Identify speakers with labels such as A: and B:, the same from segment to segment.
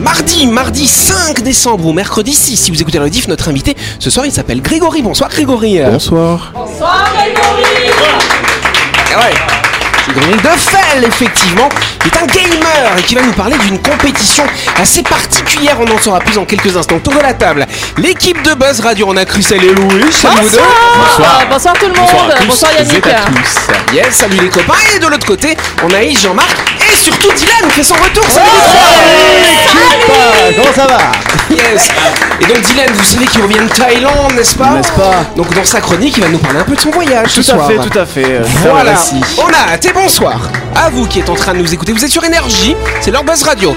A: Mardi, mardi 5 décembre ou mercredi 6, si vous écoutez le diff, notre invité ce soir il s'appelle Grégory. Bonsoir Grégory.
B: Bonsoir.
A: Eh ouais. C'est Grégory Defel, effectivement, qui est un gamer et qui va nous parler d'une compétition assez particulière. On en saura plus en quelques instants. Tour de la table. L'équipe de Buzz Radio, on a Christelle et Louis. Salut vous deux.
C: Bonsoir. Ah, Bonsoir tout le monde.
D: Bonsoir à tous
C: Yannick.
D: et à tous.
A: Yes, salut les copains. Et de l'autre côté, on a Yves, Jean-Marc et surtout Dylan fait son retour. Salut les trois.
B: Comment ça va
A: Yes. Et donc Dylan, vous savez qu'il revient de Thaïlande, n'est-ce pas
B: N'est-ce pas
A: Donc dans sa chronique, il va nous parler un peu de son voyage
B: Tout
A: ce
B: à
A: soir.
B: fait, tout à fait. euh, faire le
A: Voilà,
B: récit.
A: on a hâte et bonsoir à vous qui êtes en train de nous écouter. Vous êtes sur Énergie, c'est leur buzz radio.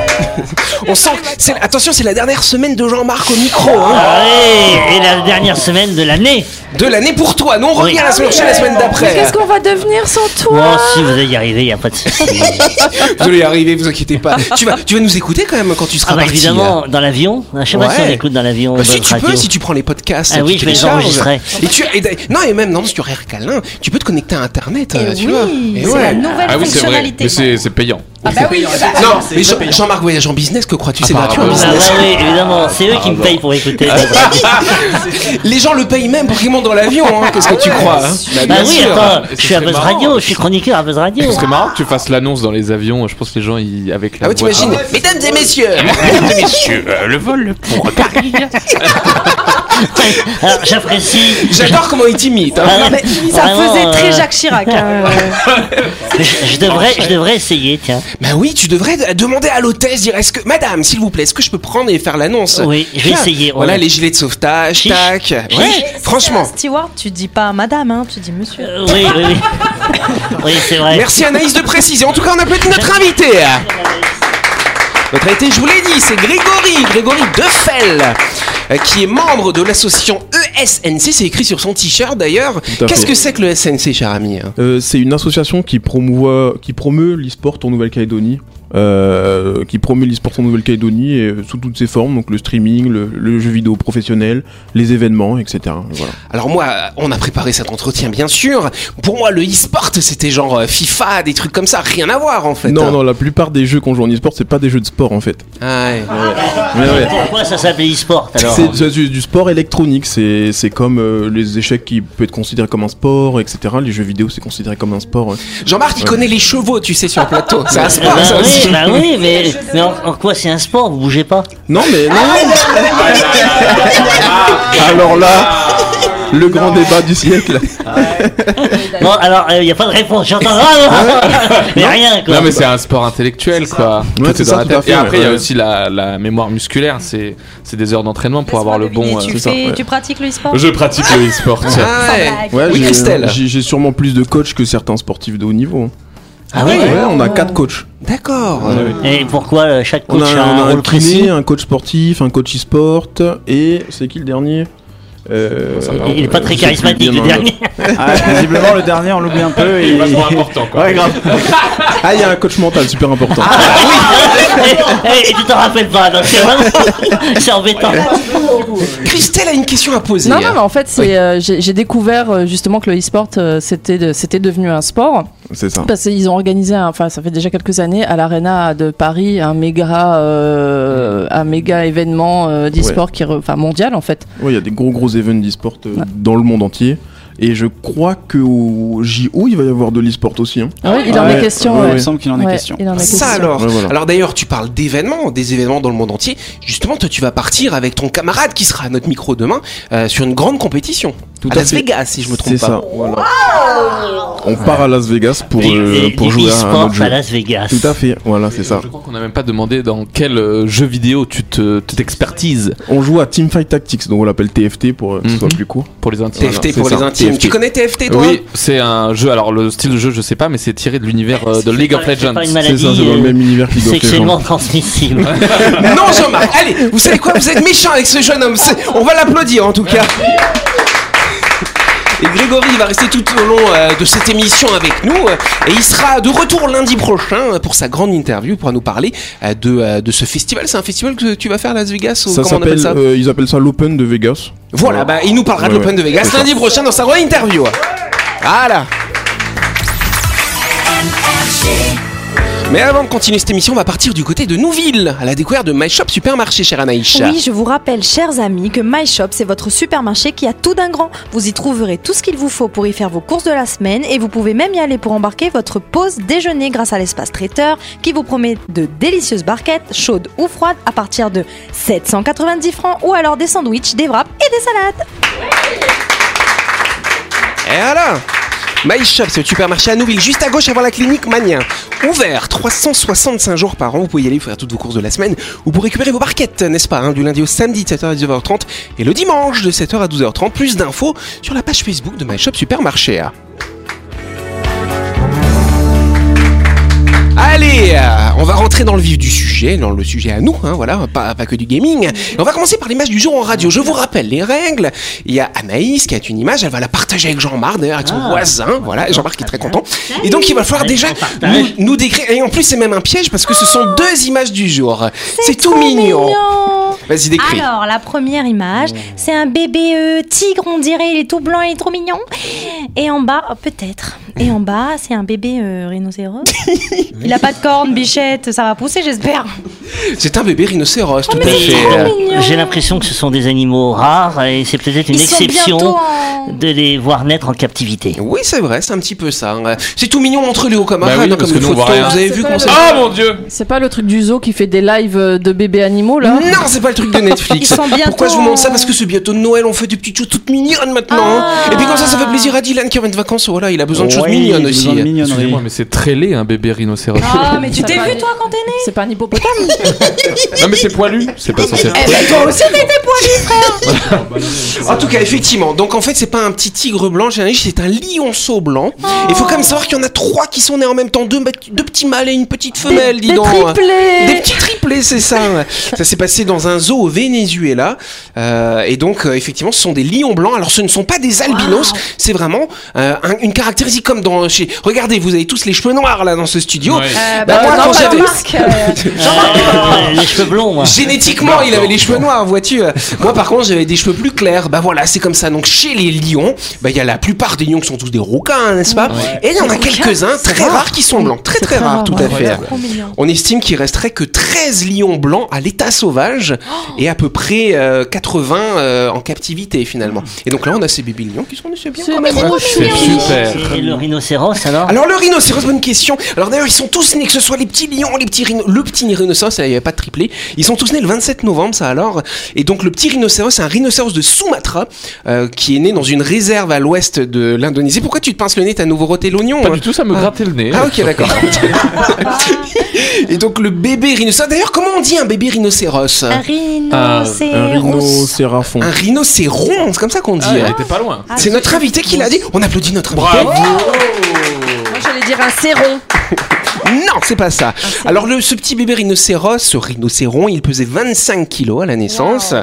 A: On sent. c'est- Attention, c'est la dernière semaine de Jean-Marc au micro. hein.
E: Ah ouais, et la dernière semaine de l'année.
A: De l'année pour toi. Nous, on revient la semaine prochaine, la semaine
C: Mais
A: d'après.
C: qu'est-ce qu'on va devenir sans
E: Bon,
C: toi
E: Oh, si vous allez y arriver, il n'y a pas de souci.
A: Ah, Vous allez y arriver, vous inquiétez pas. tu, vas, tu vas nous écouter quand même quand tu seras
E: Ah bah
A: parti.
E: évidemment, dans l'avion. Je sais pas si
A: hein. Ouais.
E: on écoute dans l'avion.
A: Bah, si
E: Buzz
A: tu
E: Radio.
A: peux, si tu prends les podcasts.
E: Ah
A: tu
E: oui, je vais les
A: télécharges.
E: enregistrer.
A: Et tu, et d'ailleurs- non, et même, non, sur Air Câlin, tu peux te connecter à
E: Eh
A: Internet, euh, tu
F: oui,
A: vois. Et
F: c'est
A: ouais.
F: la nouvelle
D: Ah oui, c'est vrai,
F: fonctionnalité.
D: mais c'est c'est payant.
A: Non, mais Jean- Jean-Marc voyage en business, que crois-tu C'est gratuit en
E: Ah bah
A: business.
E: oui, évidemment, c'est
A: Ah,
E: eux qui
A: bah.
E: me payent pour écouter. Buzz Radio.
A: Les gens le payent même pour qu'ils montent dans l'avion, hein, qu'est-ce
E: Ah
A: que tu crois hein
E: Bah
D: bien
E: oui,
D: sûr.
E: attends,
D: Et
E: je
D: ce
E: suis à
D: serait
E: Buzz
D: marrant.
E: Radio, je suis chroniqueur à Buzz Radio.
D: Ce serait marrant que tu fasses l'annonce dans les avions. Je pense que les gens, ils, avec la
A: Ah ouais,
D: voix-
A: t'imagines Mesdames et messieurs
D: Mesdames et messieurs, euh, le vol pour Paris.
E: Alors j'apprécie.
A: J'adore comment ils t'imitent. hein.
E: Ah ouais,
F: Non, mais ça
E: vraiment,
F: faisait très
E: euh,
F: Jacques Chirac. hein.
E: Je, je devrais, je devrais essayer, tiens.
A: Bah oui, tu devrais de- demander à l'hôtesse, dire est-ce que. Madame, s'il vous plaît, est-ce que je peux prendre et faire l'annonce
E: Oui, je vais
A: Tiens,
E: essayer, ouais.
A: Voilà, les gilets de sauvetage,
E: Chiche.
A: tac.
E: Chiche.
A: Ouais, franchement.
F: Steward, tu dis pas madame, hein, tu dis monsieur.
E: Euh, oui, oui, oui. Oui, c'est vrai.
A: Merci Anaïs de préciser. En tout cas, on applaudit notre invité. Notre invité, je vous l'ai dit, c'est Grégory, Grégory Defel, euh, qui est membre de l'association E ESNC. C'est écrit sur son t-shirt d'ailleurs.
B: à
A: Qu'est-ce
B: fait.
A: que c'est que le E SNC, cher ami hein
B: Euh, c'est une association qui promouvoit, qui promeut l'e-sport en Nouvelle-Calédonie. euh, qui promeut l'e-sport en Nouvelle-Calédonie et, euh, sous toutes ses formes, donc le streaming, le, le jeu vidéo professionnel, les événements, etc. Voilà.
A: Alors moi, on a préparé cet entretien, bien sûr. Pour moi, le e-sport, c'était genre euh, FIFA, des trucs comme ça. Rien à voir, en fait.
B: Non, non, la plupart des jeux qu'on joue en e-sport, c'est pas des jeux de sport en fait.
A: Ah, ouais.
B: Mais ouais.
E: Pourquoi ça s'appelle e-sport alors
B: C'est c'est du, du sport électronique, c'est c'est comme euh, les échecs qui peut être considéré comme un sport, etc. Les jeux vidéo, c'est considéré comme un sport. ouais.
A: Jean-Marc, il connaît les chevaux, tu sais, sur le plateau. C'est un
E: Eh ben
A: sport, ça aussi.
E: oui, bah oui, mais, mais en, en quoi c'est un sport Vous bougez pas
B: Non, mais non, Alors là, le grand débat du siècle.
E: Non, alors il n'y a pas de réponse. J'entends ah, non, mais rien quoi.
D: Non, mais c'est un sport intellectuel, quoi.
B: Ouais,
D: Tout
B: c'est
D: est
B: ça,
D: dans la
B: tout
D: tête.
B: à fait,
D: Et après, il y a
B: ouais.
D: aussi la, la mémoire musculaire. C'est c'est des heures d'entraînement pour avoir le bon.
F: Tu,
D: euh,
F: fais- tu pratiques le e-sport
D: Je pratique le e-sport.
A: Ah, ouais.
B: Ouais,
A: Oui,
B: j'ai-
A: Christelle.
B: J'ai j'ai sûrement plus de coachs que certains sportifs de haut niveau. hein.
E: Ah oui
B: Ouais, on a quatre coachs.
A: D'accord.
E: Et pourquoi euh, chaque
B: On
E: coach
B: a,
E: a, un
B: on a un
E: rôle précis
B: kiné, un coach sportif, un coach e-sport et c'est qui le dernier Euh,
E: Il il est pas très
B: je sais plus
E: charismatique
B: bien hein.
E: le
B: le nom.
E: dernier.
G: Ah, visiblement, le dernier, on l'oublie un peu. Et...
D: important, quoi.
G: Ouais, grave.
B: Ah, il y a un coach mental super important.
E: Ah. Eh, et, et tu t'en rappelles pas, donc c'est vraiment. c'est embêtant.
A: Christelle a une question à poser.
C: Non,
D: hein.
C: non, mais en fait, c'est, euh, j'ai j'ai découvert euh, justement que le e-sport, euh, c'était de- c'était devenu un sport.
B: C'est
D: Ah.
B: ça.
C: Parce qu'ils ont organisé, un- enfin, ça fait déjà quelques années, à l'Arena de Paris, un méga, euh, un méga événement euh, d'e-sport qui, re- enfin, mondial en fait.
B: Ouais, il y a des gros gros events d'e-sport euh, dans le monde entier. Et je crois qu'au JO, il va y avoir de l'e-sport aussi. hein.
F: Ah
C: oui, il en
D: Ah
G: Ouais,
C: est question.
G: ouais, Il
C: ouais.
G: me semble qu'il en est
C: Ouais,
G: question.
C: il en est
A: Ah, Ça
C: question.
A: alors.
B: Ouais, voilà.
A: Alors d'ailleurs, tu parles d'événements, des événements dans le monde entier. Justement, toi, tu vas partir avec ton camarade qui sera à notre micro demain euh, sur une grande compétition.
B: Tout
A: à
B: à
A: Las
B: fait.
A: Vegas, si je me trompe
B: C'est
A: pas.
B: ça. voilà. On part à Las Vegas pour,
E: Et-
B: euh,
E: et-
B: pour
E: et
B: jouer à un
E: e-sport
B: autre jeu.
E: à Las Vegas.
B: Tout à fait, voilà, c'est ça.
D: Je crois qu'on n'a même pas demandé dans quel euh, jeu vidéo tu te- tu t'expertises
B: On joue à Teamfight Tactics, donc on l'appelle TFT pour euh, que ce soit
D: Mhm.
B: plus court.
D: pour les intimes.
A: TFT
B: c'est
A: pour
B: ça,
A: les intimes.
B: TFT.
A: Tu connais TFT, toi
D: Oui, c'est un jeu. Alors le style de jeu, je sais pas, mais c'est tiré de l'univers euh, de
E: C'est
D: League
E: pas-
D: of
E: c'est pas une
D: Legends.
E: maladie.
B: C'est ça, c'est dans le
E: euh,
B: même univers qui League of
E: Sexuellement
B: Legends.
E: transmissible.
A: Non, Jean-Marc, allez, vous savez quoi Vous êtes méchant avec ce jeune homme. C'est- On va l'applaudir en tout cas. Et Grégory va rester tout au long euh, de cette émission avec nous euh, et il sera de retour lundi prochain euh, pour sa grande interview pour nous parler euh, de, euh, de ce festival. C'est un festival que tu vas faire à Las Vegas ou
B: Ça
A: comment on
B: s'appelle,
A: appelle ça
B: euh, ils appellent ça l'Open de Vegas.
A: Voilà, bah, il nous parlera de
B: Ouais,
A: l'Open
B: ouais,
A: de Vegas
B: c'est ça.
A: lundi prochain dans sa grande interview. Voilà. Mais avant de continuer cette émission, on va partir du côté de Nouville, à la découverte de My Shop Supermarché, chère Anaïs.
F: Oui, je vous rappelle, chers amis, que My Shop, c'est votre supermarché qui a tout d'un grand. Vous y trouverez tout ce qu'il vous faut pour y faire vos courses de la semaine et vous pouvez même y aller pour embarquer votre pause déjeuner grâce à l'espace traiteur qui vous promet de délicieuses barquettes, chaudes ou froides, à partir de 790 francs ou alors des sandwichs, des wraps et des salades.
A: Et voilà My Shop, c'est le supermarché à Nouville, juste à gauche avant la clinique Mania. Ouvert 365 jours par an, vous pouvez y aller faire toutes vos courses de la semaine ou pour récupérer vos barquettes, n'est-ce pas hein, Du lundi au samedi de 7h à 19h30 et le dimanche de 7h à 12h30. Plus d'infos sur la page Facebook de My Shop Supermarché. Allez, euh, on va rentrer dans le vif du sujet, dans le sujet à nous, hein, voilà, pas, pas que du gaming. Et on va commencer par l'image du jour en radio. Je vous rappelle les règles. Il y a Anaïs qui a une image, elle va la partager avec Jean-Marc, d'ailleurs avec son
E: Ah.
A: voisin. Voilà, Jean-Marc qui est très
E: bien.
A: content. Et donc il va falloir
E: Allez,
A: déjà
E: on partage.
A: nous, nous décrire. Et en plus c'est même un piège parce que ce sont deux images du jour. C'est tout mignon. Vas-y décris.
F: Alors, la première image, c'est un bébé euh, tigre, on dirait, il est tout blanc, il est trop mignon. Et en bas, oh, peut-être. Et en bas, c'est un bébé euh, rhinocéros. il a pas de cornes, bichette, ça va pousser, j'espère.
A: C'est un bébé rhinocéros, tout à
E: Mais
D: euh,
A: fait.
F: mignon.
E: J'ai l'impression que ce sont des animaux rares et c'est peut-être une
F: Ils sont
E: exception
F: bientôt en-
E: de les voir naître en captivité.
A: Oui, c'est vrai, c'est un petit peu ça. hein. C'est tout mignon entre les hauts camarades,
D: Bah oui,
A: hein,
D: parce
A: comme
D: que
A: les
D: nous, on voit
A: photos.
D: rien.
A: Vous avez
C: C'est
A: vu
C: pas
A: comment
C: le-
A: c'est
D: Ah mon dieu
C: C'est pas le truc du zoo qui fait des lives euh, de bébés animaux là
A: Non, c'est pas le truc de
F: Ils
A: Netflix.
F: sont bientôt
A: Pourquoi je vous montre ça
F: en-
A: Parce que c'est bientôt Noël, on fait des petites choses toutes mignonnes maintenant. hein.
F: Ah.
A: Et puis comme ça, ça fait plaisir à Dylan qui revient de vacances. Voilà, il a besoin de choses
G: Ouais,
A: mignonnes
G: besoin
A: aussi. hein.
G: de mignonneries.
D: Excusez-moi, mais c'est très laid un bébé rhinocéros.
F: Ah, mais tu
C: Ça
F: t'es
C: va
F: vu,
C: aller.
F: toi, quand t'es né
C: C'est pas un hippopotame
D: non mais c'est poilu, c'est pas censé. être
A: Eh ben, toi aussi, t'étais poilu, frère En tout cas, effectivement. Donc, en fait, c'est pas un petit tigre blanc, j'ai un niche, c'est un lionceau blanc. Et il faut quand même savoir qu'il y en a trois qui sont nés en même temps. Deux, deux petits mâles et une petite femelle, dis donc. Des petits triplés, c'est ça. ça s'est passé dans un zoo au Venezuela. Euh, et donc, euh, effectivement, ce sont des lions blancs. Alors, ce ne sont pas des albinos. C'est vraiment euh, un- une caractéristique comme dans chez. Regardez, vous avez tous les cheveux noirs là dans ce studio.
D: Ouais.
F: Euh,
A: Bah, moi, quand j'avais-
E: Euh, les cheveux blonds, moi.
A: Génétiquement, il avait les cheveux noirs, vois-tu. Moi, par contre, j'avais des cheveux plus clairs. Bah voilà, c'est comme ça. Donc, chez les lions, bah il y a la plupart des lions qui sont tous des rouquins, n'est-ce pas Et il y en a quelques-uns très rares qui sont blancs, très
C: C'est
A: très
C: très
A: rares,
C: rare,
A: tout à
C: ouais.
A: fait. On estime qu'il resterait que 13 lions blancs à l'état sauvage
C: Oh.
A: et à peu près euh, 80 euh, en captivité finalement. Et donc là, on a ces bébés lions qui sont c'est bien
C: C'est
A: quand même.
C: trop
D: C'est super.
E: Et le rhinocéros, alors
D: Ah.
A: Alors le rhinocéros, bonne question. Alors d'ailleurs, ils sont tous nés, que ce soit les petits lions, les petits rhino- le petit rhinocéros, il n'y avait pas de triplé. Ils sont tous nés le 27 novembre, ça alors. Et donc le petit rhinocéros, c'est un rhinocéros de Sumatra euh, qui est né dans une réserve à l'ouest de l'Indonésie. Pourquoi tu te pinces le nez T'as nouveau roté l'oignon
D: Pas
A: hein
D: du tout, ça me grattait le nez.
A: ah ok d'accord.
F: Ah,
A: Et donc le bébé rhinocéros. D'ailleurs comment on dit un bébé rhinocéros
F: Ah, Un
B: Un rhino,
F: rhinocéros.
B: Sérafon.
A: Un rhinocéron, c'est comme ça qu'on dit.
D: Ah, il
A: hein.
D: était pas loin.
A: C'est notre invité qui l'a dit. On applaudit notre invité.
F: Ah, Moi, j'allais dire un séron.
A: Non, c'est pas ça.
C: Ah,
A: Alors le, ce petit bébé rhinocéros, ce rhinocéron, il pesait 25 kilos à la naissance.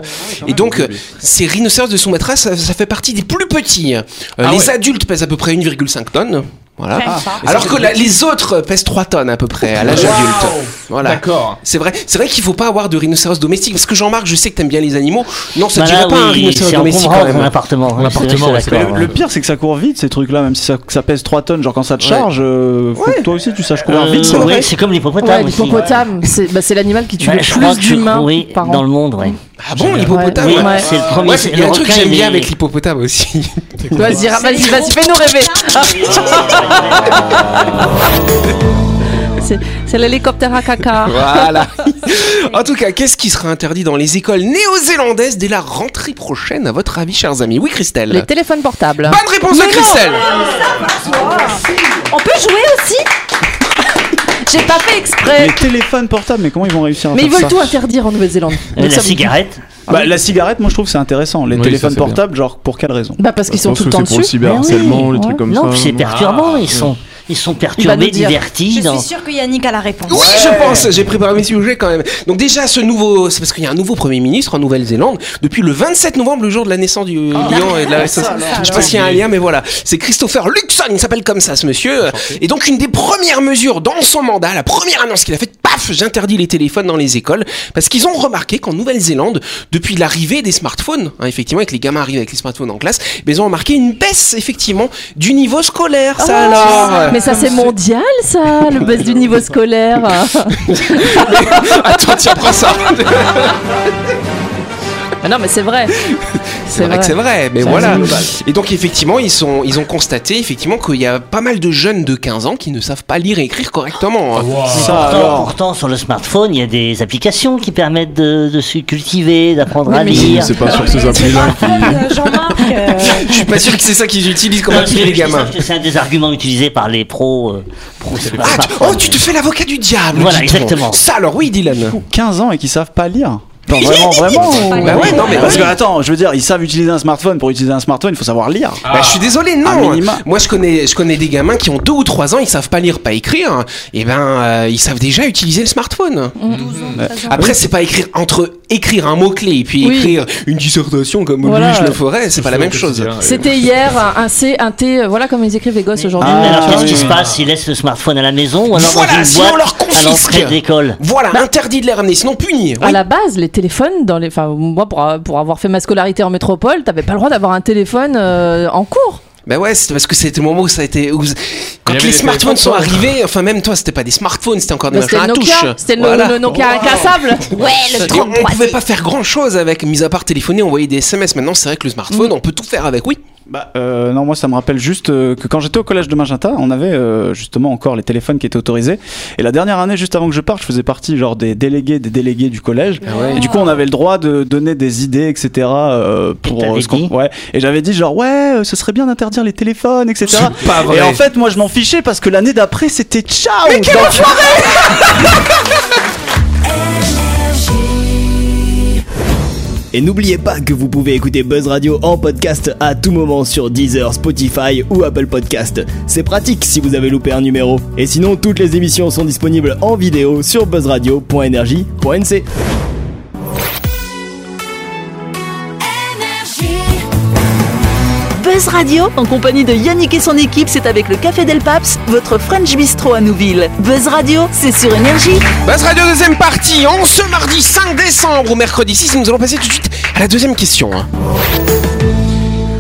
A: Et donc euh, ces rhinocéros de Sumatra, ça, ça fait partie des plus petits. Euh,
D: Ah
A: les
D: ouais.
A: adultes pèsent à peu près 1,5 tonnes. Voilà.
F: Ah. Ah.
A: Alors que la- les autres pèsent 3 tonnes à peu près à l'âge
D: Wow.
A: adulte. Voilà.
D: D'accord.
A: C'est vrai, c'est vrai qu'il faut pas avoir de rhinocéros domestique parce que Jean-Marc, je sais que t'aimes bien les animaux. Non, ça
E: Bah
A: ne
E: là,
A: dirait pas un
E: oui,
A: rhinocéros
E: c'est
A: domestique quand
E: encombrant mon
A: même.
E: appartement.
D: Mon appartement, ouais, c'est
G: Mais
D: pas
G: le, le pire, c'est que ça court vite ces trucs-là, même si ça, ça pèse 3 tonnes. Genre quand ça te
A: Ouais.
G: charge, euh, faut que toi aussi tu saches
E: Euh,
G: courir vite.
A: c'est vrai.
E: c'est comme
C: Ouais,
E: l'hippopotame aussi.
C: l'hippopotame, c'est bah, c'est l'animal qui tue
E: Bah,
C: le
E: je crois
C: plus
E: que tu-
C: d'humains
E: oui,
C: par
E: dans
C: an.
E: le monde, ouais.
A: Ah bon, l'hippopotame
E: Oui,
C: Ouais.
E: c'est le premier.
A: Moi,
E: c'est-
A: il y a
E: le
A: un truc que
E: requin,
A: j'aime
E: il
A: bien
E: est-
A: avec l'hippopotame aussi.
C: Vas-y,
E: Euh,
C: vas-y, vas-y, fais-nous rêver. c'est c'est l'hélicoptère à caca.
A: Voilà. en tout cas, qu'est-ce qui sera interdit dans les écoles néo-zélandaises dès la rentrée prochaine, à votre avis, chers amis Oui, Christelle.
C: Les téléphones portables.
A: Bonne réponse de Christelle
F: On peut jouer aussi
C: J'ai pas fait exprès.
G: Les téléphones portables, mais comment ils vont réussir à
C: Mais ils
G: faire
C: veulent
G: ça
C: tout interdire en Nouvelle-Zélande.
E: Et
C: Donc ça
E: la
C: me-
E: cigarette
G: Bah, La cigarette, moi je trouve que c'est intéressant. Les
D: Oui,
G: téléphones
D: ça, c'est bien.
G: portables, genre pour quelle raison
C: Bah parce qu'ils sont
B: Je pense
C: tout le temps
B: que C'est pour le
C: dessus.
B: cyberharcèlement,
C: Mais oui,
B: les trucs
C: ouais.
B: comme
E: Non,
B: ça.
E: puis c'est
B: non
E: perturbant. Ils sont, ils sont
C: Il va nous
E: perturbés,
C: dire.
E: divertis.
F: Je
E: dans-
F: suis sûre que Yannick a la réponse.
A: Oui, je pense, j'ai préparé mes sujets quand même. Donc déjà, ce nouveau, c'est parce qu'il y a un nouveau Premier ministre en Nouvelle-Zélande depuis le 27 novembre, le jour de la naissance du
C: Ah,
A: lion et de la... Je sais pas s'il y a un lien, mais voilà. C'est Christopher Luxon, il s'appelle comme ça ce monsieur. Et donc une des premières mesures dans son mandat, la première annonce qu'il a faite, paf, j'interdis les téléphones dans les écoles, parce qu'ils ont remarqué qu'en Nouvelle-Zélande, depuis l'arrivée des smartphones, hein, effectivement, et que les gamins arrivent avec les smartphones en classe, ben, ils ont remarqué une baisse effectivement du niveau scolaire.
C: Ah,
A: ça alors.
C: Mais ça c'est mondial ça, le baisse du niveau scolaire.
A: Attends, tiens, prends ça.
C: Ah non mais c'est vrai.
A: C'est vrai, que c'est vrai, mais
C: Ça,
A: voilà.
C: c'est global.
A: Et donc effectivement, ils, sont, ils ont constaté effectivement qu'il y a pas mal de jeunes de 15 ans qui ne savent pas lire et écrire
E: Ah,
A: correctement. hein.
G: Ça
E: Pourtant,
G: alors
E: pourtant, sur le smartphone, il y a des applications qui permettent de, de se cultiver, d'apprendre à
C: Mais-
E: lire.
B: C'est pas
F: Ah,
B: sur ces applis-là.
F: Jean-Marc, euh,
A: Je suis pas sûr que c'est ça qu'ils utilisent comme
E: Non, je-
A: appli les
E: Euh, je dis ça
A: gamins.
E: parce que Ah, C'est un des arguments utilisés par les pros. euh, pros sur
A: Ah, tu-
E: smartphone.
A: oh, tu te fais l'avocat du diable.
E: Voilà,
A: dis donc.
E: exactement.
A: Ça alors, oui, Dylan.
G: 15 ans et qui savent pas lire. Non, vraiment, vraiment. ou-
A: Bah ouais, non,
E: Ah
A: mais
G: Parce
A: oui.
G: que attends, je veux dire, ils savent utiliser un smartphone. Pour utiliser un smartphone, il faut savoir lire.
E: Ah.
A: Bah, je suis désolé, non.
G: Un minima.
A: Moi, je connais, je connais des gamins qui ont deux ou trois ans, ils savent pas lire, pas écrire. Et ben, euh, ils savent déjà utiliser le smartphone. Euh, Après, c'est pas écrire entre écrire un mot clé et puis
C: Oui.
A: écrire une dissertation comme
C: Voilà.
A: Louis le ferait, c'est pas la même chose.
D: hein,
C: C'était hier un un C, un T, euh, voilà comme ils écrivent les gosses aujourd'hui. Euh,
E: Mais alors,
G: Ah,
E: qu'est-ce qui
G: oui.
E: se passe Ils laissent le smartphone à la maison ou alors
A: Voilà,
E: dans une
A: sinon, on leur
E: boîte à
A: confisque.
E: l'entrée de l'école
A: Voilà, interdit de les ramener, sinon puni.
C: À la base, les téléphones, dans les... enfin, moi pour, euh, pour avoir fait ma scolarité en métropole, t'avais pas le droit d'avoir un téléphone euh, en cours.
A: Bah ouais, c'est parce que c'était le moment où ça a été. où- Quand
D: Il y avait
A: les
D: les
A: smartphones
D: téléphones
A: sont
D: sans-
A: arrivés, enfin même toi, c'était pas des smartphones, c'était encore des
C: Mais C'était
A: machins à
C: le
A: touche.
C: Nokia, c'était le,
A: Voilà.
C: le Nokia incassable.
H: Ouais, le
A: Et on
H: 33.
A: pouvait pas faire grand chose avec, mis à part téléphoner, envoyer des SMS. Maintenant, c'est vrai que le smartphone, on peut tout faire avec, oui.
G: Bah, euh, non, moi ça me rappelle juste euh, que quand j'étais au collège de Magenta, on avait euh, justement encore les téléphones qui étaient autorisés. Et la dernière année, juste avant que je parte, je faisais partie genre des délégués des délégués du collège.
E: Ah
G: Et du coup, on avait le droit de donner des idées, etc. euh, pour
E: t'avais
G: euh, ce qu'on-
E: dit
G: ouais. Et j'avais dit genre ouais, euh, ce serait bien d'interdire les téléphones, etc.
A: C'est pas vrai.
G: Et en fait, moi je m'en fichais parce que l'année d'après c'était ciao. dans-
I: Et n'oubliez pas que vous pouvez écouter Buzz Radio en podcast à tout moment sur Deezer, Spotify ou Apple Podcast. C'est pratique si vous avez loupé un numéro. Et sinon, toutes les émissions sont disponibles en vidéo sur buzzradio.energie.nc.
J: Buzz Radio, en compagnie de Yannick et son équipe, c'est avec le Café Del Paps, votre French Bistro à Nouville. Buzz Radio, c'est sur Énergie.
A: Buzz Bah, Radio, deuxième partie, en ce mardi 5 décembre ou mercredi 6, nous allons passer tout de suite à la deuxième question. hein.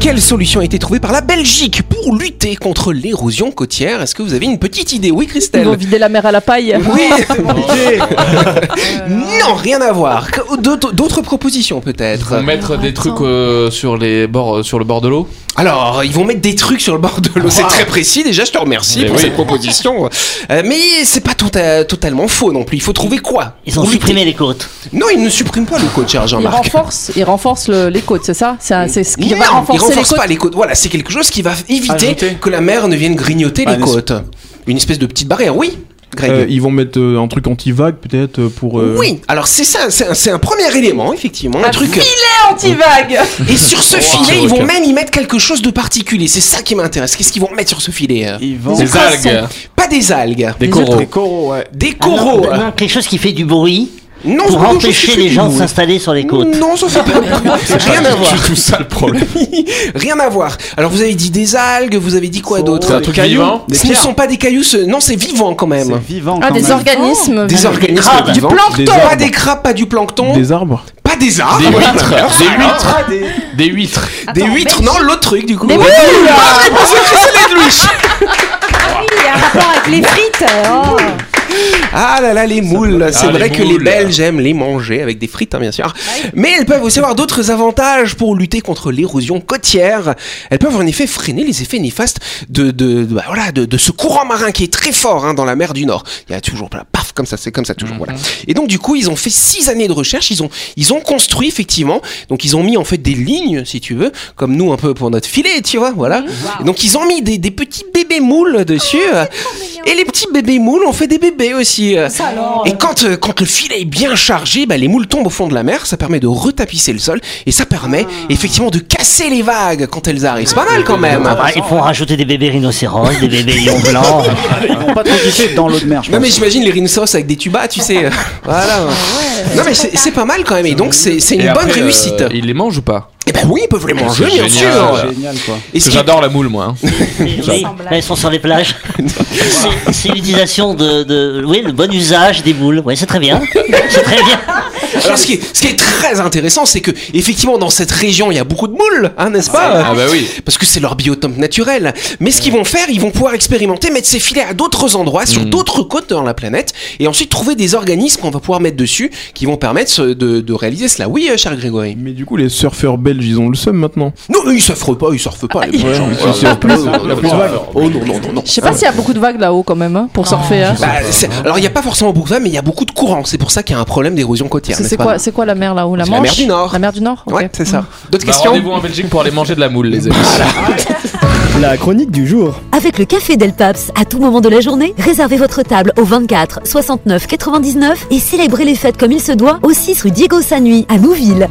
A: Quelle solution a été trouvée par la Belgique pour lutter contre l'érosion côtière Est-ce que vous avez une petite idée Oui,
C: Ils vont
A: Christelle
C: vider la mer à la paille.
A: Oui Non, rien à voir. Que- D'autres d'autres propositions peut-être.
D: Pour mettre des trucs euh, sur les bords, euh, sur le bord de l'eau.
A: Alors, ils vont mettre des trucs sur le bord de l'eau. C'est très précis. Déjà, je te remercie
D: Mais
A: pour
D: oui.
A: cette proposition. Euh, mais c'est pas tout à- totalement faux non plus. Il faut trouver quoi
E: Ils ont
A: Pour
E: supprimé les côtes.
A: lutter. Non, ils ne suppriment pas le coach, cher
C: Ils
A: Jean-Marc.
C: renforcent, ils renforcent le- les côtes, c'est ça C'est un- c'est ce qui va
A: Non, ils
C: renforcer les
A: renforcent
C: côtes.
A: pas les côtes. Voilà, c'est quelque chose qui va éviter
D: Ajouter.
A: que la mer ne vienne grignoter
G: Ah,
A: les
G: une esp-
A: côtes. Une espèce de petite barrière, oui, Greg.
B: Euh, Ils vont mettre euh, un truc anti-vague peut-être euh, pour. euh,
A: Oui, alors c'est ça, c'est un, c'est un premier élément, effectivement. Un truc.
C: anti-vague
A: Et sur ce filet,
D: c'est
A: ils vont
D: requin.
A: même y mettre quelque chose de particulier. C'est ça qui m'intéresse. Qu'est-ce qu'ils vont mettre sur ce filet euh
G: Ils vont-
D: Des algues.
A: Pas des algues,
D: Des
G: Des
D: coraux.
G: coraux, ouais.
A: des
E: Ah non,
A: coraux.
E: non, non, quelque chose qui fait du bruit
A: Non,
E: pour
A: non, je
E: empêcher
A: suis
E: les gens de
A: plutôt-
E: s'installer sur les côtes.
A: Non, ça fait pas rien à voir.
D: tout ça le problème.
A: Rien à voir. Alors vous avez dit des algues, vous avez dit quoi d'autre
D: C'est un truc vivant.
G: Des
A: Ce ne
G: pierres.
A: sont pas des cailloux, ce- non, c'est vivant quand
G: C'est
A: même.
G: vivant.
C: Ah,
G: quand
C: des
G: même.
C: organismes
A: Des organismes
E: crabes.
A: vivants.
B: Du plancton. Des arbres.
A: Pas des crabes, pas du plancton.
B: Des arbres.
A: Pas des arbres.
D: Des huîtres. Des huîtres.
G: Ah, des-
D: Des huîtres.
A: Des huîtres, non, l'autre truc du coup. Ah,
C: Des
A: Ouais.
C: boules.
A: Bonne réponse de Christelle Edlouche.
F: Ah, oui, il y a un rapport avec les frites. euh, oh.
A: Ah, Ah là là, les moules. C'est
D: Ah, les
A: vrai que les
D: moules.
A: Belges aiment les manger avec des frites, hein, bien sûr. Mais elles peuvent aussi avoir d'autres avantages pour lutter contre l'érosion côtière. Elles peuvent en effet freiner les effets néfastes de, de, de- bah, voilà, de, de ce courant marin qui est très fort hein, dans la mer du Nord. Il y a toujours, bah, paf, comme ça, c'est comme ça toujours. Voilà. Et donc, du coup, ils ont fait six années de recherche. Ils ont, ils ont construit, effectivement. Donc, ils ont mis en fait des lignes, si tu veux, comme nous un peu pour notre filet, tu vois. Voilà. Et donc, ils ont mis des, des petits bébés moules dessus. et les petits bébés moules ont fait des bébés aussi. euh. Et quand, euh, quand le filet est bien chargé, bah, les moules tombent au fond de la mer, ça permet de retapisser le sol et ça permet effectivement de casser les vagues quand elles arrivent. C'est pas mal quand même.
E: Ah, ils font rajouter des bébés rhinocéros, des bébés lions blancs.
G: Ils vont pas trop kiffer dans l'eau de mer, je
A: Non mais
G: pense.
A: j'imagine les rhinocéros avec des tubas, tu sais. voilà. non mais c'est c'est pas mal quand même et donc c'est c'est une
D: Et
A: bonne
D: après, euh,
A: réussite.
D: ils les mangent ou pas
A: Eh ben oui, ils peuvent les manger
D: C'est
A: bien
D: génial.
A: sûr.
G: Génial,
A: Et
G: quoi.
D: Parce
A: ce
D: que
A: qui-
D: J'adore la moule, moi. hein.
E: Oui, oui, là, ils sont sur les plages. C'est- C'est l'utilisation de, de- Oui, le bon usage des boules. Oui, c'est très bien. C'est très bien.
A: Alors ce qui, est, ce qui est très intéressant, c'est que effectivement dans cette région, il y a beaucoup de moules, hein, n'est-ce pas
D: Ah bah oui.
A: Parce que c'est leur biotope naturel. Mais ce qu'ils vont faire, ils vont pouvoir expérimenter, mettre ces filets à d'autres endroits, sur d'autres côtes dans la planète, et ensuite trouver des organismes qu'on va pouvoir mettre dessus, qui vont permettre ce- de, de réaliser cela. Oui, euh, cher Grégory.
B: Mais du coup, les surfeurs belges, ils ont le seum maintenant.
A: Non, eux, ils surfent pas, Ah, ils surfent pas. les
B: Ouais,
A: gens.
B: ils
A: Voilà.
B: surfent plus.
A: Oh, non,
B: Il y a
A: non,
B: plus de vagues.
A: Oh non, non, non, non.
C: Je sais pas s'il y a beaucoup de vagues là-haut quand même hein, pour surfer. hein.
A: Bah, c'est- alors, il n'y a pas forcément beaucoup de vagues, mais il y a beaucoup de courants. C'est pour ça qu'il y a un problème d'érosion côtière.
C: C'est
A: n'est-ce
C: c'est
A: pas
C: quoi, c'est quoi la mer là-haut La
A: C'est la mer
C: Manche
A: du Nord.
C: La mer du Nord ok.
A: Ouais, c'est ça. D'autres
D: Bah,
A: questions
D: Rendez-vous en Belgique pour aller manger de la moule, les amis.
A: Ah,
I: La chronique du jour.
H: Avec le Café Del Paps, à tout moment de la journée, réservez votre table au 24 69 99 et célébrez les fêtes comme il se doit au 6 rue Diego Sanui à Nouville.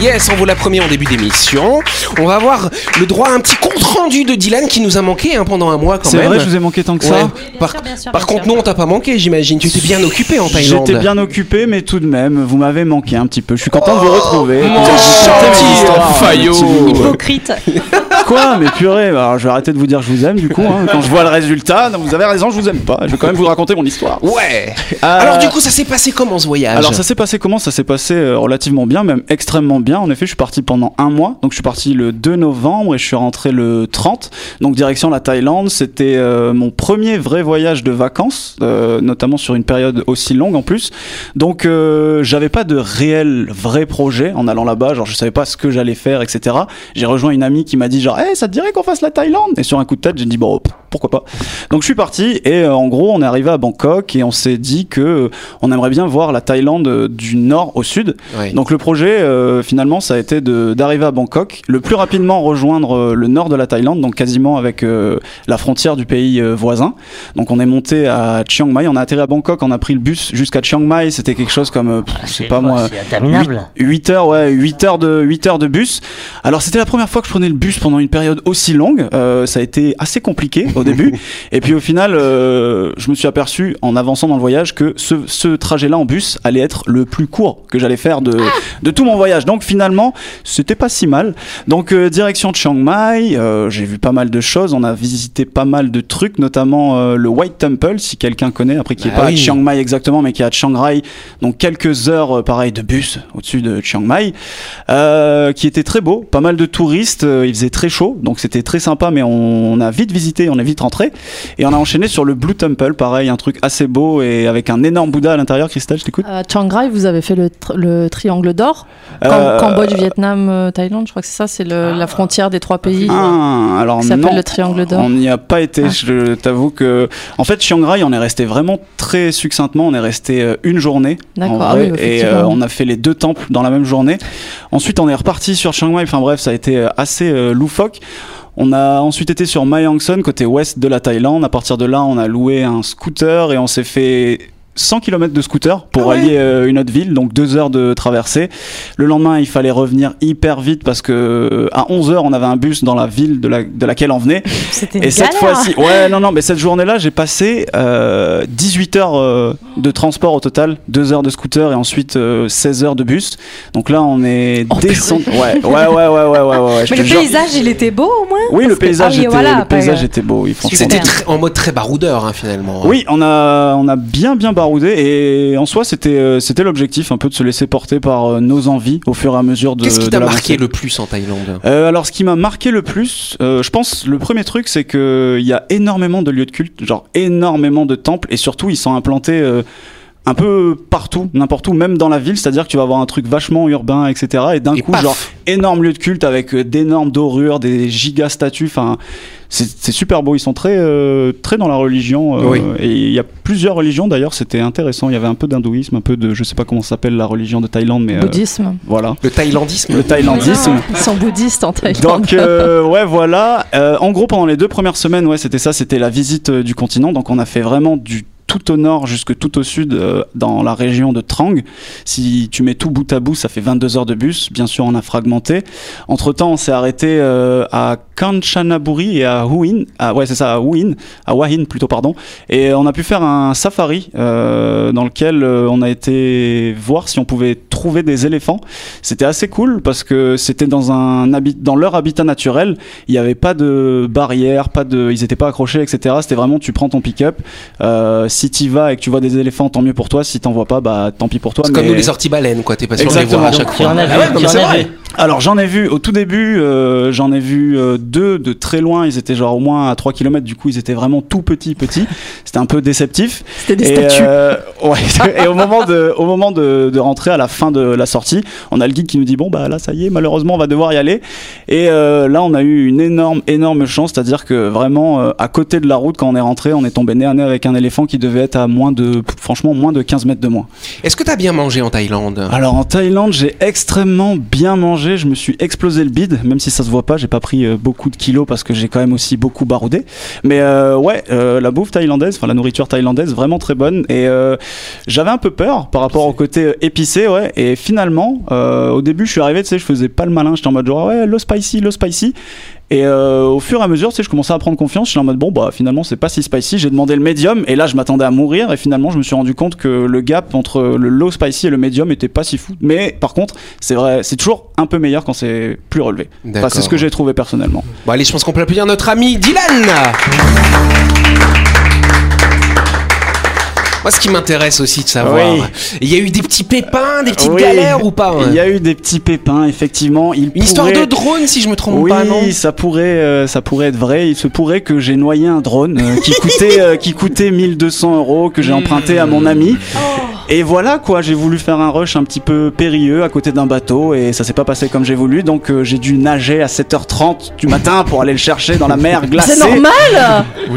A: Yes, on vous l'a promis en début d'émission. On va avoir le droit à un petit compte rendu de Dylan qui nous a manqué hein, pendant un mois quand
G: C'est
A: même.
G: vrai, je vous ai manqué tant que
A: Ouais.
G: ça.
A: Par,
F: Ah,
A: par contre, non, on t'a pas manqué, j'imagine. Tu étais bien occupé en Thaïlande.
G: J'étais bien occupé, mais tout de même, vous m'avez manqué un petit peu. Je suis content de vous retrouver. Vous racontez
A: Oh, gentil, euh,
G: mes histoires, mes
D: faillot.
G: petits bouts.
F: Hypocrite.
G: hein, Quoi Mais purée, bah, alors, je vais arrêter de vous dire je vous aime du coup. hein. Quand je vois le résultat, non, vous avez raison, je vous aime pas. Je vais quand même vous raconter mon histoire.
A: Ouais.
G: Euh,
A: Alors du coup, ça s'est passé comment ce voyage
G: Alors ça s'est passé comment Ça s'est passé euh, relativement bien, même extrêmement bien. En effet, je suis parti pendant un mois. Donc je suis parti le 2 novembre et je suis rentré le 30. Donc direction la Thaïlande. C'était euh, mon premier vrai voyage de vacances, euh, notamment sur une période aussi longue en plus. Donc euh, j'avais pas de réel vrai projet en allant là-bas. Genre je savais pas ce que j'allais faire, etc. J'ai rejoint une amie qui m'a dit genre, Eh, ça te dirait qu'on fasse la Thaïlande Et sur un coup de tête, j'ai dit bon, pff, pourquoi pas. Donc je suis parti et euh, en gros on est arrivé à Bangkok et on s'est dit que euh, on aimerait bien voir la Thaïlande euh, du nord au sud.
A: Ouais.
G: Donc le projet euh, finalement ça a été de- d'arriver à Bangkok, le plus rapidement rejoindre euh, le nord de la Thaïlande, donc quasiment avec euh, la frontière du pays euh, voisin. Donc on est monté à Chiang Mai, on a atterri à Bangkok, on a pris le bus jusqu'à Chiang Mai, c'était quelque chose comme euh, pff, je sais pas moi
E: C'est interminable.
G: 8 heures, ouais, 8 heures de, 8 heures de bus. Alors c'était la première fois que je prenais le bus pendant une période aussi longue. Euh, ça a été assez compliqué au début. Et puis au final, euh, je me suis aperçu en avançant dans le voyage que ce, ce trajet-là en bus allait être le plus court que j'allais faire de, de tout mon voyage. Donc finalement, c'était pas si mal. Donc euh, direction Chiang Mai, euh, j'ai vu pas mal de choses. On a visité pas mal de trucs, notamment euh, le White Temple, si quelqu'un connaît, après qui est
A: Bah
G: pas à
A: oui.
G: Chiang Mai exactement, mais qui est à Chiang Rai. Donc quelques heures, euh, pareil, de bus au-dessus de Chiang Mai, euh, qui était très beau. Pas mal de touristes. euh, il faisait très chaud, donc c'était très sympa. Mais on, on a vite visité, on est vite rentré, et on a enchaîné sur le Blue Temple, pareil, un truc assez beau et avec un énorme Bouddha à l'intérieur. Christelle, je t'écoute.
C: À Euh, Chiang Rai, vous avez fait le, tr- le triangle d'or. Cam-
G: Euh,
C: Cambodge, Vietnam, euh, Thaïlande, je crois que c'est ça, c'est le-
A: Ah.
C: la frontière des trois pays
G: Ah, alors
C: qui s'appelle
G: non.
C: le triangle d'or.
G: On n'y a pas été,
C: Ah.
G: je t'avoue que. En fait, Chiang Rai, on est resté vraiment très succinctement. On est resté euh, une journée.
C: D'accord,
G: en
C: ah
G: vrai,
C: oui,
G: et
C: effectivement.
G: euh, on a fait les deux temples dans la même journée. Ensuite, on est reparti sur Chiang Mai. Enfin bref, ça a été euh, assez euh, loufoque. On a ensuite été sur Mae Hang Son, côté ouest de la Thaïlande. À partir de là, on a loué un scooter et on s'est fait 100 km de scooter
C: Ah
G: pour allier euh, une autre ville, donc deux heures de traversée. Le lendemain, il fallait revenir hyper vite parce que euh, à 11h, on avait un bus dans la ville de, la- de laquelle on venait.
F: C'était
G: Et cette fois-ci, ouais, non, non, mais cette journée-là, j'ai passé euh, 18 heures euh, de transport au total, 2 heures de scooter et ensuite euh, 16 heures de bus. Donc là, on est descendu. Ouais, ouais, ouais, ouais, ouais, ouais, ouais, ouais, je
F: Oh, Mais
G: te
F: le
G: jure.
F: paysage, il était beau au moins.
G: Oui, le
F: Parce que-
G: paysage,
F: ah oui,
G: était,
F: voilà,
G: le paysage
F: après,
G: était beau. Oui, franchement.
A: C'était très- en mode très baroudeur hein, finalement.
G: Oui, on a, on a bien bien baroudé et en soi c'était euh, c'était l'objectif un peu de se laisser porter par euh, nos envies au fur et à mesure de
A: Qu'est-ce qui
G: de
A: t'a
G: l'avancée.
A: marqué le plus en Thaïlande
G: Euh, alors, ce qui m'a marqué le plus, euh, je pense, le premier truc, c'est que il y a énormément de lieux de culte, genre énormément de temples, et surtout, ils sont implantés. euh, un peu partout, n'importe où, même dans la ville, c'est-à-dire que tu vas avoir un truc vachement urbain, etc. Et d'un coup,
A: paf
G: genre, énorme lieu de culte avec euh, d'énormes dorures, des giga statues, enfin, c'est c'est super beau. Ils sont très, euh, très dans la religion. euh,
A: Oui.
G: Et il y a plusieurs religions d'ailleurs, c'était intéressant. Il y avait un peu d'hindouisme, un peu de, je sais pas comment ça s'appelle la religion de Thaïlande, mais euh,
C: Bouddhisme.
G: voilà.
A: Le thaïlandisme
G: Le thaïlandisme.
C: Ils sont bouddhistes en Thaïlande.
G: Donc euh, ouais voilà. Euh, en gros pendant les deux premières semaines ouais c'était ça, c'était la visite euh, du continent. Donc on a fait vraiment du tout au nord jusque tout au sud euh, dans la région de Trang. Si tu mets tout bout à bout, ça fait 22 heures de bus. Bien sûr, on a fragmenté. Entre temps, on s'est arrêté euh, à Kanchanaburi et à Huin. Ah, ouais, c'est ça, à Huin, à Wahin plutôt, pardon. Et on a pu faire un safari euh, dans lequel euh, on a été voir si on pouvait trouver des éléphants. C'était assez cool parce que c'était dans un habit, dans leur habitat naturel. Il n'y avait pas de barrière, pas de, ils n'étaient pas accrochés, etc. C'était vraiment tu prends ton pick-up. Euh, si t'y vas et que tu vois des éléphants, tant mieux pour toi. Si t'en vois pas, bah tant pis pour toi.
A: C'est comme
G: mais-
A: nous les sorties baleines, quoi. T'es pas sûr de les
G: Exactement.
A: voir à
G: Donc,
A: chaque
E: il y
A: fois.
E: en a
A: Ah ouais,
E: vu,
A: non, mais
E: il y
A: c'est
E: en a
A: vrai.
E: vu.
G: Alors j'en ai vu au tout début, euh, j'en ai vu euh, deux de très loin, ils étaient genre au moins à 3 km, du coup ils étaient vraiment tout petits petits, c'était un peu déceptif.
C: C'était des
G: et,
C: statues.
G: euh, ouais, et au moment, de, au moment de, de rentrer à la fin de la sortie, on a le guide qui nous dit bon bah là ça y est, malheureusement on va devoir y aller. Et euh, là on a eu une énorme énorme chance, c'est-à-dire que vraiment euh, à côté de la route quand on est rentré, on est tombé nez à nez avec un éléphant qui devait être à moins de, franchement moins de 15 mètres de moi.
A: Est-ce que t'as bien mangé en Thaïlande
G: Alors en Thaïlande, j'ai extrêmement bien mangé, je me suis explosé le bide, même si ça se voit pas, j'ai pas pris euh, beaucoup de kilos parce que j'ai quand même aussi beaucoup baroudé. Mais euh, ouais, euh, la bouffe thaïlandaise, enfin la nourriture thaïlandaise, vraiment très bonne. Et euh, j'avais un peu peur par rapport au côté euh, épicé, ouais. Et finalement, euh, au début, je suis arrivé, tu sais, je faisais pas le malin, j'étais en mode genre ouais, le spicy, le spicy. Et euh, au fur et à mesure, tu sais, je commençais à prendre confiance. Je suis en mode bon, bah finalement, c'est pas si spicy. J'ai demandé le medium et là, je m'attendais à mourir. Et finalement, je me suis rendu compte que le gap entre le low spicy et le medium était pas si fou. Mais par contre, c'est vrai, c'est toujours un peu meilleur quand c'est plus relevé. Enfin,
A: D'accord.
G: c'est ce que j'ai trouvé personnellement.
A: Bon, allez, je pense qu'on peut applaudir notre ami Dylan Moi, ce qui m'intéresse aussi de savoir,
G: Oui.
A: il y a eu des petits pépins, des petites
G: Oui.
A: galères ou pas hein
G: Il y a eu des petits pépins, effectivement. Il
A: Une histoire
G: pourrait-
A: de drone, si je me trompe
G: oui,
A: pas, non
G: ça pourrait, euh, ça pourrait être vrai. Il se pourrait que j'ai noyé un drone euh, qui coûtait, euh, qui coûtait 1200 euros que j'ai emprunté à mon ami.
C: Oh.
G: Et voilà quoi, j'ai voulu faire un rush un petit peu périlleux à côté d'un bateau et ça s'est pas passé comme j'ai voulu. Donc euh, j'ai dû nager à 7h30 du matin pour aller le chercher dans la mer glacée.
C: C'est normal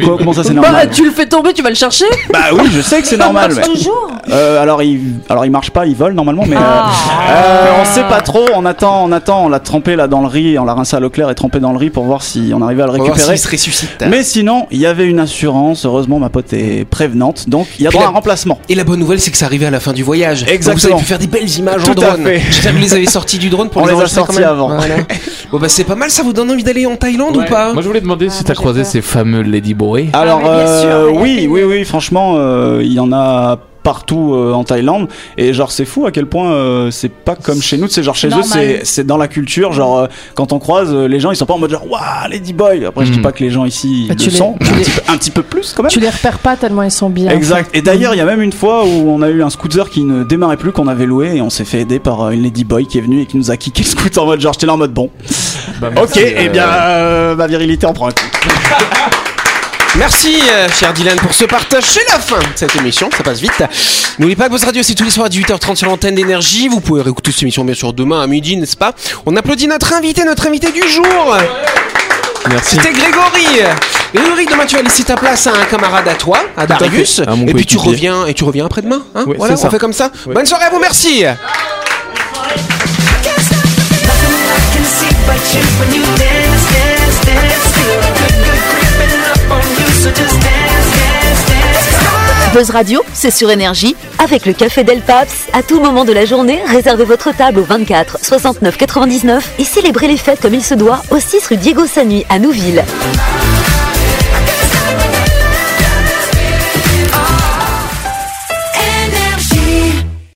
G: Quoi, comment ça c'est
C: Bah,
G: normal
C: tu le fais tomber, tu vas le chercher
G: Bah oui, je sais que c'est normal. mais-
F: Toujours
G: euh, alors il, alors il marche pas, il vole normalement, mais euh, euh, on sait pas trop. On attend, on attend. On l'a trempé là dans le riz, on l'a rincé à l'eau claire et trempé dans le riz pour voir si on arrivait à le
A: On va voir
G: récupérer.
A: s'il se ressuscite.
G: Mais sinon, il y avait une assurance. Heureusement, ma pote est prévenante, donc il y a
A: Puis
G: droit à
A: la-
G: un remplacement.
A: Et la bonne nouvelle, c'est que c'est arrivé à la fin du voyage. Donc, vous
G: Exactement.
A: avez pu faire des belles images en
G: Tout à
A: drone.
G: fait.
A: J'espère que vous les avez sorties du drone pour
G: On les a
A: enregistrer quand
G: sorties
A: même.
G: avant.
A: Voilà. bon, bah, c'est pas mal, ça vous donne envie d'aller en Thaïlande ou pas
D: Moi je voulais demander si
F: Ah, moi,
D: t'as
F: j'ai
D: croisé
F: peur.
D: ces fameux ladyboy.
G: Alors
F: Ah, mais bien sûr,
G: euh,
F: il y a
G: oui,
F: plein de-
G: oui, oui. Franchement, euh, il y en a partout euh, en Thaïlande et genre c'est fou à quel point euh, c'est pas comme chez nous c'est genre chez
F: Normal.
G: eux c'est c'est dans la culture genre euh, quand on croise euh, les gens ils sont pas en mode genre waouh lady boy après je dis
D: Mm.
G: pas que les gens ici ils
C: Bah, tu
G: le
C: les-
G: sont un petit, peu, un petit peu plus quand même
C: Tu les repères pas tellement ils sont bien.
G: Exact. Et d'ailleurs, il y a même une fois où on a eu un scooter qui ne démarrait plus, qu'on avait loué, et on s'est fait aider par euh, une ladyboy qui est venue et qui nous a kické le scooter en mode genre, j'étais là en mode bon. ok, et eh bien, euh, ma virilité en prend un coup.
A: Merci, euh, cher Dylan, pour ce partage. C'est la fin de cette émission, ça passe vite. N'oubliez pas que Buzz Radio, c'est tous les soirs à 18h30 sur l'antenne d'énergie. Vous pouvez réécouter cette émission, bien sûr, demain à midi, n'est-ce pas On applaudit notre invité, notre invité du jour
B: Merci.
A: C'était Grégory Grégory, demain, tu vas laisser ta place à un camarade à toi, à
B: à fait.
A: Darius.
B: À mon
A: et puis tu
B: coéquipier.
A: reviens, et tu reviens après-demain. Hein
B: Ouais,
A: voilà,
B: c'est
A: on
B: ça.
A: fait comme ça.
B: Ouais.
A: Bonne soirée à vous, merci
J: Buzz Radio, c'est sur énergie.
H: Avec le café Del Paps, à tout moment de la journée, réservez votre table au 24 69 99 et célébrez les fêtes comme il se doit au 6 rue Diego Sanui à Nouville.